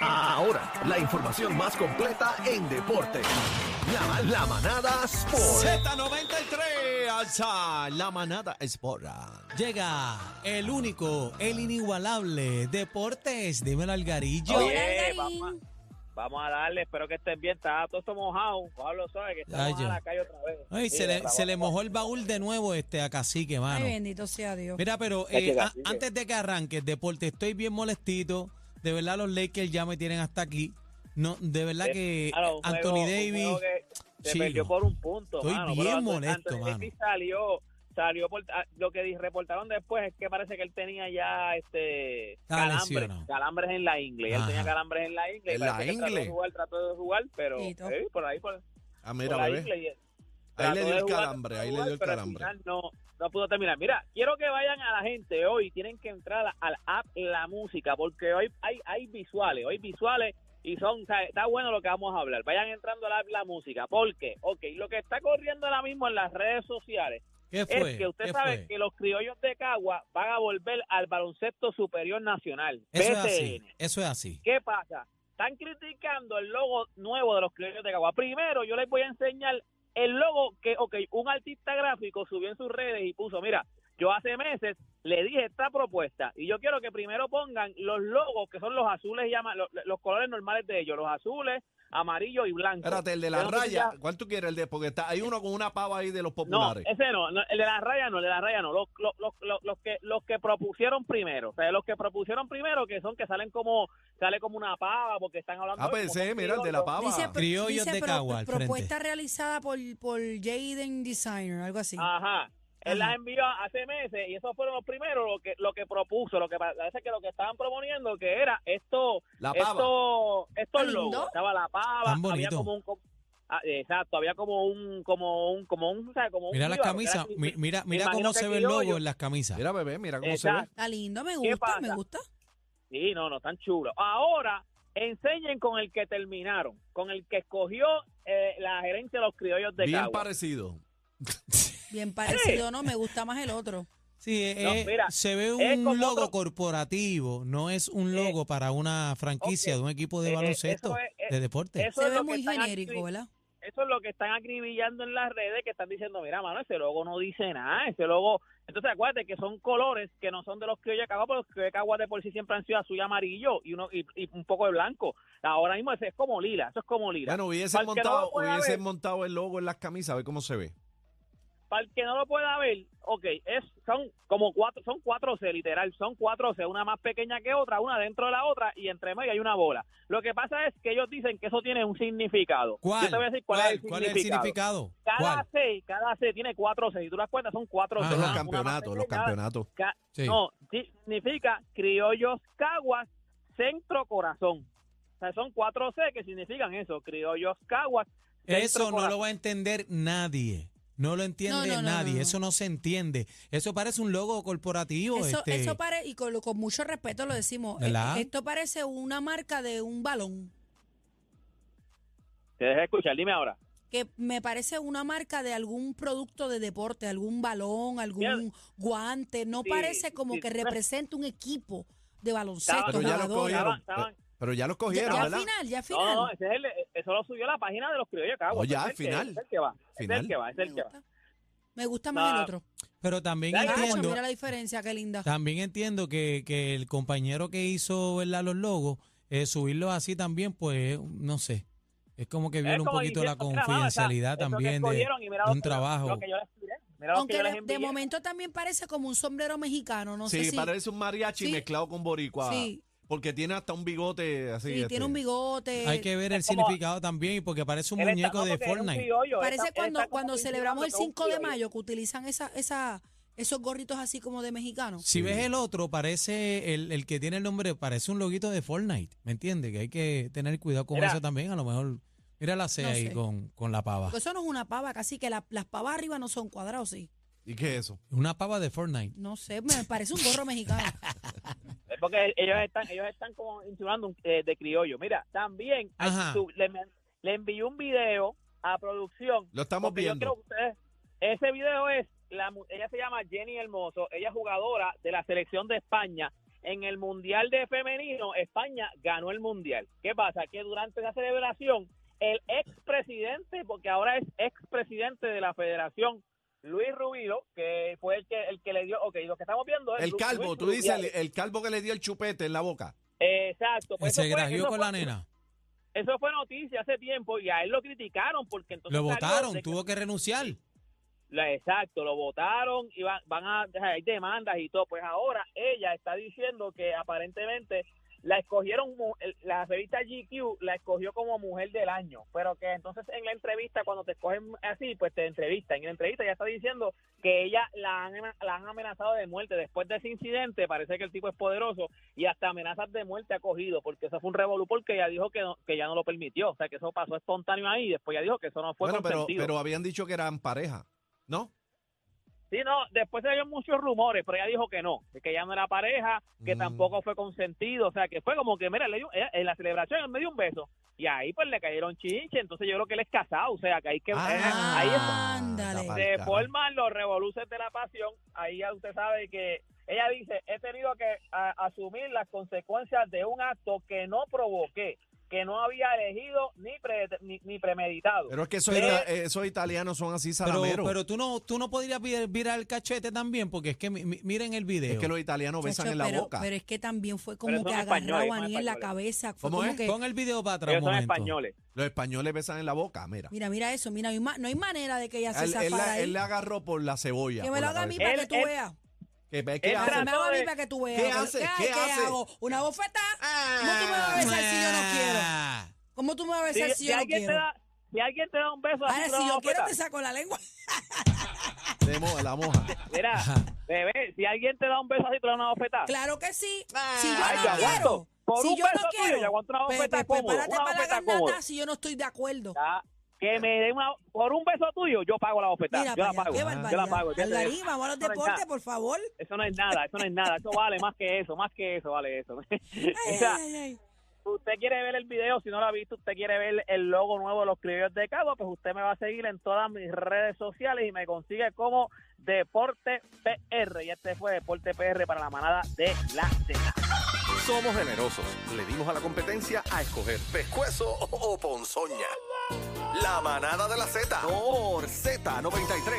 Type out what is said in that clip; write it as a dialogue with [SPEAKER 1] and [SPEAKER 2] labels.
[SPEAKER 1] Ahora, la información más completa en deporte. La, la manada Sport.
[SPEAKER 2] Z93, alza la manada espora.
[SPEAKER 3] Llega el único, el inigualable, Deportes, dímelo Algarillo.
[SPEAKER 4] Oye,
[SPEAKER 5] Hola, Algarín.
[SPEAKER 4] vamos, vamos a darle, espero que estén bien, está todo esto mojado. Pablo sabe que estamos
[SPEAKER 3] Ay, yo.
[SPEAKER 4] a la calle otra vez.
[SPEAKER 3] Ay,
[SPEAKER 4] Sí,
[SPEAKER 3] se, le,
[SPEAKER 4] otra
[SPEAKER 3] se le
[SPEAKER 4] vez.
[SPEAKER 3] mojó el baúl de nuevo este a Cacique,
[SPEAKER 5] Ay,
[SPEAKER 3] mano.
[SPEAKER 5] bendito sea Dios.
[SPEAKER 3] Mira, pero
[SPEAKER 4] Hay que
[SPEAKER 3] eh, a-
[SPEAKER 4] Cacique.
[SPEAKER 3] antes de que arranque el deporte, estoy bien molestito. De verdad, los Lakers ya me tienen hasta aquí. No, de verdad que
[SPEAKER 4] Claro, Eh, ah, un juego-
[SPEAKER 3] Anthony
[SPEAKER 4] un
[SPEAKER 3] Davis.
[SPEAKER 4] juego que Se
[SPEAKER 3] sí,
[SPEAKER 4] perdió
[SPEAKER 3] no.
[SPEAKER 4] por un punto.
[SPEAKER 3] Estoy
[SPEAKER 4] mano,
[SPEAKER 3] bien
[SPEAKER 4] pero Anthony-
[SPEAKER 3] molesto,
[SPEAKER 4] Anthony
[SPEAKER 3] mano.
[SPEAKER 4] Davis salió, salió por, ah, lo que di- reportaron después es que parece que él tenía ya este
[SPEAKER 3] Estaba
[SPEAKER 4] calambres,
[SPEAKER 3] Ah, lesionado.
[SPEAKER 4] calambres en la ingle. Él
[SPEAKER 3] Ajá.
[SPEAKER 4] tenía calambres en la ingle. y
[SPEAKER 2] ¿En la
[SPEAKER 4] parece que trató de
[SPEAKER 2] ingle?
[SPEAKER 4] jugar, trató de jugar, pero
[SPEAKER 5] Y todo.
[SPEAKER 4] eh, por ahí, por,
[SPEAKER 2] Ah,
[SPEAKER 4] por
[SPEAKER 2] mira,
[SPEAKER 4] la
[SPEAKER 2] bebé.
[SPEAKER 4] ingle y-
[SPEAKER 2] Ahí le
[SPEAKER 4] Trató
[SPEAKER 2] dio
[SPEAKER 4] de
[SPEAKER 2] el
[SPEAKER 4] jugar,
[SPEAKER 2] calambre, ahí
[SPEAKER 4] trató
[SPEAKER 2] le
[SPEAKER 4] de
[SPEAKER 2] dio el
[SPEAKER 4] jugar, pero al
[SPEAKER 2] calambre.
[SPEAKER 4] final No, no pudo terminar. Mira, quiero que vayan a la gente hoy. Tienen que entrar a- al app La Música, porque hoy hay, hay visuales, hoy visuales y son, o sea, está bueno lo que vamos a hablar. Vayan entrando al app La Música, porque, ok, lo que está corriendo ahora mismo en las redes sociales
[SPEAKER 3] ¿Qué fue?
[SPEAKER 4] es que usted
[SPEAKER 3] ¿Qué
[SPEAKER 4] sabe
[SPEAKER 3] fue?
[SPEAKER 4] que los criollos de Cagua van a volver al baloncesto superior nacional,
[SPEAKER 3] Eso es así.
[SPEAKER 4] BCN.
[SPEAKER 3] Eso es así.
[SPEAKER 4] ¿Qué pasa? Están criticando el logo nuevo de los criollos de Cagua. Primero, yo les voy a enseñar el logo que, ok, un artista gráfico subió en sus redes y puso, mira, yo hace meses le dije esta propuesta y yo quiero que primero pongan los logos que son los azules y ama- los, los colores normales de ellos, los azules, amarillo y blanco.
[SPEAKER 2] Espérate, el de la
[SPEAKER 4] Yo no sé si
[SPEAKER 2] raya.
[SPEAKER 4] ya-
[SPEAKER 2] ¿Cuál tú quieres? El de, porque está, hay uno con una pava ahí de los
[SPEAKER 4] No,
[SPEAKER 2] populares.
[SPEAKER 4] ese no, no, el de la raya no, el de la raya no, los, los, los, los- los que los que propusieron primero, o sea, los que propusieron primero que son que salen como sale como una pava porque están hablando
[SPEAKER 2] ah,
[SPEAKER 4] "Oye, como
[SPEAKER 2] pensé,
[SPEAKER 4] son
[SPEAKER 2] mira, el de la
[SPEAKER 4] criollos".
[SPEAKER 2] pava.
[SPEAKER 5] Dice, pro-
[SPEAKER 3] Criollos
[SPEAKER 5] dice
[SPEAKER 3] de
[SPEAKER 5] pro-
[SPEAKER 3] Cagua al frente.
[SPEAKER 5] propuesta realizada por, por Jaden Designer, algo así.
[SPEAKER 4] Ajá. Él
[SPEAKER 5] Ajá.
[SPEAKER 4] las envió hace meses y esos fueron los primeros lo que lo que propuso, lo que parece que lo que estaban proponiendo que era esto,
[SPEAKER 2] la pava.
[SPEAKER 4] esto, estos
[SPEAKER 5] Tan lindo.
[SPEAKER 4] logos, estaba la pava,
[SPEAKER 3] Tan
[SPEAKER 4] había
[SPEAKER 3] bonito.
[SPEAKER 4] como un co- ah, exacto, había como un como un como un, o sea, como un
[SPEAKER 3] Mira las
[SPEAKER 4] jíbaro, que era
[SPEAKER 3] camisas.
[SPEAKER 4] así.
[SPEAKER 3] mi- Mira, mira
[SPEAKER 4] imagino
[SPEAKER 3] cómo
[SPEAKER 4] que
[SPEAKER 3] se ve el
[SPEAKER 4] criollo.
[SPEAKER 3] logo en las camisas.
[SPEAKER 2] Mira, bebé, mira cómo
[SPEAKER 4] Exacto.
[SPEAKER 5] Está lindo, me
[SPEAKER 4] ¿Qué
[SPEAKER 5] gusta,
[SPEAKER 4] pasa?
[SPEAKER 5] me gusta.
[SPEAKER 4] Sí, no, no, tan chulo. Ahora enseñen con el que terminaron, con el que escogió eh, la gerencia de los criollos
[SPEAKER 2] se ve.
[SPEAKER 4] de
[SPEAKER 2] Bien
[SPEAKER 4] Cagua.
[SPEAKER 2] parecido.
[SPEAKER 5] Bien parecido, ¿no? Me gusta más el otro.
[SPEAKER 3] Sí,
[SPEAKER 4] No,
[SPEAKER 3] eh,
[SPEAKER 4] mira,
[SPEAKER 3] se ve
[SPEAKER 4] es
[SPEAKER 3] un
[SPEAKER 4] como
[SPEAKER 3] logo
[SPEAKER 4] otro- Eh,
[SPEAKER 3] corporativo, no es un logo para una franquicia
[SPEAKER 4] ok.
[SPEAKER 3] de un equipo de
[SPEAKER 4] Eh, eh,
[SPEAKER 3] baloncesto, Este.
[SPEAKER 4] eso es- eh,
[SPEAKER 3] de deporte.
[SPEAKER 4] Eso
[SPEAKER 5] Se
[SPEAKER 4] es
[SPEAKER 5] ve
[SPEAKER 4] lo que
[SPEAKER 5] muy
[SPEAKER 4] están
[SPEAKER 5] genérico,
[SPEAKER 4] acti-
[SPEAKER 5] ¿verdad?
[SPEAKER 4] eso es lo que están acribillando en las redes, que están diciendo, mira, mano, ese logo no dice nada, ese logo... Entonces, acuérdate que son colores que no son de los criollos de Cagua, porque los criollos de Cagua de por sí siempre han sido azul y amarillo y, uno, y, y un poco de blanco. Ahora mismo ese es como lila, eso es como lila.
[SPEAKER 2] Bueno, hubiesen
[SPEAKER 4] Para el que no
[SPEAKER 2] montado,
[SPEAKER 4] lo pueda
[SPEAKER 2] hubiesen
[SPEAKER 4] ver.
[SPEAKER 2] montado el logo en las camisas, a ver cómo se ve.
[SPEAKER 4] Para el que no lo pueda ver, ok, es, son como cuatro, son cuatro C, literal, son cuatro C, una más pequeña que otra, una dentro de la otra y entre medio hay una bola. Lo que pasa es que ellos dicen que eso tiene un significado.
[SPEAKER 3] ¿Cuál?
[SPEAKER 4] Yo te voy a decir cuál, es el
[SPEAKER 3] ¿Cuál es el
[SPEAKER 4] significado.
[SPEAKER 3] significado?
[SPEAKER 4] Cada
[SPEAKER 3] ¿Cuál?
[SPEAKER 4] C, cada C tiene cuatro C, si tú las cuentas son cuatro
[SPEAKER 3] Ajá.
[SPEAKER 4] C.
[SPEAKER 2] Son
[SPEAKER 4] Una
[SPEAKER 2] los
[SPEAKER 4] más
[SPEAKER 2] campeonatos, los
[SPEAKER 4] pequeña,
[SPEAKER 2] campeonatos.
[SPEAKER 4] ca-
[SPEAKER 3] Sí.
[SPEAKER 4] No, significa criollos caguas, centro corazón. O sea, son cuatro C que significan eso, criollos caguas. centro,
[SPEAKER 3] Eso no
[SPEAKER 4] corazón.
[SPEAKER 3] lo va a entender nadie. No lo entiende
[SPEAKER 5] no, no,
[SPEAKER 3] nadie.
[SPEAKER 5] no, no.
[SPEAKER 3] Eso no se entiende. Eso parece un logo corporativo.
[SPEAKER 5] Eso,
[SPEAKER 3] este,
[SPEAKER 5] eso parece, y con, con mucho respeto lo decimos, eh,
[SPEAKER 3] ¿Verdad?
[SPEAKER 5] esto parece una marca de un balón.
[SPEAKER 4] Te dejé escuchar, dime ahora.
[SPEAKER 5] que me parece una marca de algún producto de deporte, algún balón, algún
[SPEAKER 4] Mira.
[SPEAKER 5] guante, no
[SPEAKER 4] Sí,
[SPEAKER 5] parece como
[SPEAKER 4] sí.
[SPEAKER 5] que representa un equipo de
[SPEAKER 4] Estaba-
[SPEAKER 5] baloncesto,
[SPEAKER 2] Pero ya los
[SPEAKER 5] jugadores.
[SPEAKER 2] cogieron. eh,
[SPEAKER 4] Estaban- estaban-
[SPEAKER 2] Pero ya los
[SPEAKER 5] Ya,
[SPEAKER 2] cogieron,
[SPEAKER 5] ya
[SPEAKER 2] ¿verdad?
[SPEAKER 5] final, ya
[SPEAKER 4] No, no,
[SPEAKER 5] final.
[SPEAKER 4] no, ese es el, eh, eso lo subió la página de los criollos Cagua.
[SPEAKER 2] Oh, ya,
[SPEAKER 4] Es el
[SPEAKER 2] al
[SPEAKER 4] que-
[SPEAKER 2] final.
[SPEAKER 4] Es el que va, es
[SPEAKER 2] Final.
[SPEAKER 4] el que va, es
[SPEAKER 5] me,
[SPEAKER 4] el que va.
[SPEAKER 5] gusta. Me gusta más
[SPEAKER 4] No.
[SPEAKER 5] el otro.
[SPEAKER 3] Pero también
[SPEAKER 4] Ay,
[SPEAKER 5] Nacho,
[SPEAKER 3] entiendo,
[SPEAKER 5] mira la diferencia, qué linda.
[SPEAKER 3] también entiendo que, que el compañero que hizo ¿verdad? los logos, eh, subirlos así también, pues no sé. Es como que viola
[SPEAKER 4] Es
[SPEAKER 3] un
[SPEAKER 4] como
[SPEAKER 3] poquito la
[SPEAKER 4] diciendo, mira, mamá, o sea,
[SPEAKER 3] confidencialidad
[SPEAKER 4] eso que
[SPEAKER 3] también de,
[SPEAKER 4] escogieron y mira
[SPEAKER 3] de
[SPEAKER 4] lo
[SPEAKER 3] un
[SPEAKER 4] que-
[SPEAKER 3] trabajo.
[SPEAKER 4] lo que yo les envié, mira lo
[SPEAKER 5] Aunque
[SPEAKER 4] que yo
[SPEAKER 5] de,
[SPEAKER 4] les
[SPEAKER 5] de
[SPEAKER 4] envié.
[SPEAKER 5] momento también parece como un sombrero mexicano, no sé
[SPEAKER 2] sí,
[SPEAKER 5] si...
[SPEAKER 2] parece un mariachi
[SPEAKER 5] Sí.
[SPEAKER 2] mezclado con boricua.
[SPEAKER 5] Sí.
[SPEAKER 2] Porque tiene hasta un bigote así.
[SPEAKER 5] sí,
[SPEAKER 2] este.
[SPEAKER 5] tiene un bigote.
[SPEAKER 3] Hay que ver el
[SPEAKER 4] es como-
[SPEAKER 3] significado también, porque parece un
[SPEAKER 4] Él está-
[SPEAKER 3] muñeco
[SPEAKER 4] no,
[SPEAKER 3] de
[SPEAKER 4] porque es un
[SPEAKER 3] Fortnite.
[SPEAKER 4] criollo, él está-
[SPEAKER 5] Parece
[SPEAKER 4] él
[SPEAKER 5] cuando,
[SPEAKER 4] está como
[SPEAKER 5] cuando
[SPEAKER 4] insinuando
[SPEAKER 5] celebramos el
[SPEAKER 4] que es un
[SPEAKER 5] 5 de
[SPEAKER 4] criollo.
[SPEAKER 5] mayo que utilizan esa, esa, esos gorritos así como de mexicanos.
[SPEAKER 3] Si ves el otro, parece el, el que tiene el nombre, parece un loguito de Fortnite. ¿Me entiendes? Que hay que tener cuidado con
[SPEAKER 4] Mira.
[SPEAKER 3] eso también. A lo mejor, mira la C
[SPEAKER 5] No
[SPEAKER 3] ahí
[SPEAKER 5] sé.
[SPEAKER 3] con, con la pava.
[SPEAKER 4] Pues
[SPEAKER 5] Porque eso no es una pava, casi que la- las pavas arriba no son cuadrados, sí.
[SPEAKER 2] ¿Y qué es eso?
[SPEAKER 3] Una pava de Fortnite.
[SPEAKER 5] No sé, me parece un gorro mexicano.
[SPEAKER 4] Es porque ellos están, ellos están como insinuando un- eh, de criollo. Mira, también hay-
[SPEAKER 3] Ajá.
[SPEAKER 4] tú- le, le envié un video a producción
[SPEAKER 2] Lo estamos
[SPEAKER 4] Porque yo
[SPEAKER 2] viendo.
[SPEAKER 4] creo que ustedes- ese video es, la, mu- ella se llama Jenny Hermoso, ella es jugadora de la selección de España. en el Mundial de Femenino, España ganó el Mundial. ¿Qué pasa? Que durante esa celebración, el expresidente, porque ahora es expresidente de la federación, Luis Rubiro, que fue el que, el que le dio, ok, lo que estamos viendo es...
[SPEAKER 2] El
[SPEAKER 4] Lu-
[SPEAKER 2] calvo,
[SPEAKER 4] Luis
[SPEAKER 2] tú dices, el,
[SPEAKER 4] Rubiales.
[SPEAKER 2] el calvo que le dio el chupete en la boca.
[SPEAKER 4] Exacto. pues
[SPEAKER 3] Se
[SPEAKER 4] eso fue-
[SPEAKER 3] grajeó
[SPEAKER 4] eso
[SPEAKER 3] con
[SPEAKER 4] fue-
[SPEAKER 3] la nena.
[SPEAKER 4] Eso fue noticia hace tiempo y a él lo criticaron porque entonces...
[SPEAKER 3] Lo
[SPEAKER 4] salió
[SPEAKER 3] votaron,
[SPEAKER 4] de-
[SPEAKER 3] tuvo que renunciar.
[SPEAKER 4] La- exacto, lo votaron y van, van a hay demandas y todo. Pues ahora ella está diciendo que aparentemente la escogieron, mu- el- la revista GQ la escogió como mujer del año, pero que entonces en la entrevista, cuando te escogen así, pues te entrevistan. Y en la entrevista ya está diciendo que ella la han, la han amenazado de muerte. Después de ese incidente, parece que el tipo es poderoso y hasta amenazas de muerte ha cogido, porque eso fue un revolú porque ella dijo que, no- que ya no lo permitió. O sea, que eso pasó espontáneo ahí y después ya dijo que eso no fue
[SPEAKER 2] bueno, pero,
[SPEAKER 4] consentido.
[SPEAKER 2] pero habían dicho que eran pareja, ¿no?
[SPEAKER 4] Sí, no, después se dieron muchos rumores, pero ella dijo que no, que ella no era pareja, que
[SPEAKER 2] Mm.
[SPEAKER 4] tampoco fue consentido, o sea, que fue como que, mira, le dio- ella- en la celebración él me dio un beso, y ahí pues le cayeron chinches, entonces yo creo que él es casado, o sea, que hay que... eh, ahí es-
[SPEAKER 5] Ándale.
[SPEAKER 2] anda Ah, pa'l
[SPEAKER 4] se
[SPEAKER 2] carajo.
[SPEAKER 4] forman los revoluces de la pasión, ahí ya usted sabe que ella dice, he tenido que a- asumir las consecuencias de un acto que no provoqué, que no había elegido ni, pre- ni, ni premeditado.
[SPEAKER 2] Pero es que esos,
[SPEAKER 4] Pero-
[SPEAKER 2] ita- esos italianos son así
[SPEAKER 3] Pero,
[SPEAKER 2] salameros.
[SPEAKER 3] pero tú no tú no podrías vir- virar el cachete también, porque es que mi- mi- miren el video.
[SPEAKER 2] es que los italianos besan
[SPEAKER 5] Chacho,
[SPEAKER 2] en la
[SPEAKER 5] pero,
[SPEAKER 2] boca.
[SPEAKER 5] pero es que también fue
[SPEAKER 4] Pero
[SPEAKER 5] como
[SPEAKER 4] son
[SPEAKER 5] que
[SPEAKER 4] españoles,
[SPEAKER 5] agarraba a
[SPEAKER 4] son
[SPEAKER 5] Aniel en la
[SPEAKER 4] españoles.
[SPEAKER 5] cabeza. Fue
[SPEAKER 2] ¿Cómo
[SPEAKER 5] como
[SPEAKER 2] es?
[SPEAKER 5] que,
[SPEAKER 3] Pon el video para atrás
[SPEAKER 4] Ellos
[SPEAKER 3] un
[SPEAKER 4] son
[SPEAKER 3] momento.
[SPEAKER 4] españoles.
[SPEAKER 2] los españoles besan en la boca, mira.
[SPEAKER 5] mira, mira eso, mira, no hay, ma- no hay manera de que ella se
[SPEAKER 2] él, él
[SPEAKER 5] zafara
[SPEAKER 2] la, él
[SPEAKER 5] ahí.
[SPEAKER 2] la agarró por la cebolla.
[SPEAKER 5] Que me
[SPEAKER 2] por
[SPEAKER 5] lo
[SPEAKER 2] la
[SPEAKER 5] haga a mí
[SPEAKER 2] cabeza.
[SPEAKER 5] para
[SPEAKER 4] Él-
[SPEAKER 5] que tú
[SPEAKER 4] él-
[SPEAKER 5] veas.
[SPEAKER 2] ¿Qué- qué
[SPEAKER 4] él
[SPEAKER 5] Ah,
[SPEAKER 2] hace?
[SPEAKER 5] que me lo haga a mí
[SPEAKER 4] de- Ah.
[SPEAKER 5] para que tú veas.
[SPEAKER 2] ¿Qué hace?
[SPEAKER 5] Ay,
[SPEAKER 2] ¿Qué hace?
[SPEAKER 5] hago? ¿Una bofeta? ¿Cómo tú me vas a besar si yo no quiero?
[SPEAKER 3] Ah.
[SPEAKER 5] ¿Cómo tú me vas a
[SPEAKER 4] si,
[SPEAKER 5] besar si
[SPEAKER 4] si
[SPEAKER 5] yo no
[SPEAKER 4] alguien te
[SPEAKER 5] quiero?
[SPEAKER 4] da, si alguien te da un beso, así
[SPEAKER 5] Ahora,
[SPEAKER 4] te lo
[SPEAKER 5] si
[SPEAKER 4] vamos
[SPEAKER 5] yo
[SPEAKER 4] a
[SPEAKER 5] quiero,
[SPEAKER 4] apretar.
[SPEAKER 5] te saco la lengua.
[SPEAKER 2] Ah, De mo- la moja.
[SPEAKER 4] Mira, bebé, si alguien te da un beso así, te lo van a bofetar.
[SPEAKER 5] Claro que sí. Si yo
[SPEAKER 4] Ah. Ay, yo
[SPEAKER 5] no quiero.
[SPEAKER 4] aguanto. Por
[SPEAKER 5] Si
[SPEAKER 4] un
[SPEAKER 5] yo
[SPEAKER 4] beso
[SPEAKER 5] no
[SPEAKER 4] tuyo, yo
[SPEAKER 5] quiero.
[SPEAKER 4] aguanto una
[SPEAKER 5] Pues,
[SPEAKER 4] bofeta
[SPEAKER 5] pues, pues,
[SPEAKER 4] cómodo,
[SPEAKER 5] párate
[SPEAKER 4] una
[SPEAKER 5] para la
[SPEAKER 4] bofeta cómodo.
[SPEAKER 5] garnata si yo no estoy de acuerdo.
[SPEAKER 4] Ya, que me dé una, por un beso tuyo, yo pago la bofetada.
[SPEAKER 5] Mira,
[SPEAKER 4] yo
[SPEAKER 5] para
[SPEAKER 4] la
[SPEAKER 5] allá,
[SPEAKER 4] pago.
[SPEAKER 5] qué
[SPEAKER 4] yo la
[SPEAKER 5] barbaridad.
[SPEAKER 4] pago. fíjate de eso.
[SPEAKER 5] Algarín, vamos a los
[SPEAKER 4] Eso no es nada.
[SPEAKER 5] deportes, por favor.
[SPEAKER 4] Eso no es nada, eso no es nada. Eso vale más que eso, más que eso vale eso.
[SPEAKER 5] Ay,
[SPEAKER 4] Esa-
[SPEAKER 5] ay, ay.
[SPEAKER 4] usted quiere ver el video, si no lo ha visto, usted quiere ver el logo nuevo de los criollos de Cagua, pues usted me va a seguir en todas mis redes sociales y me consigue como Deporte PR. Y este fue Deporte PR para la manada de la Z.
[SPEAKER 1] Somos generosos. Le dimos a la competencia a escoger pescuezo o ponzoña. La manada de la Z por Z93.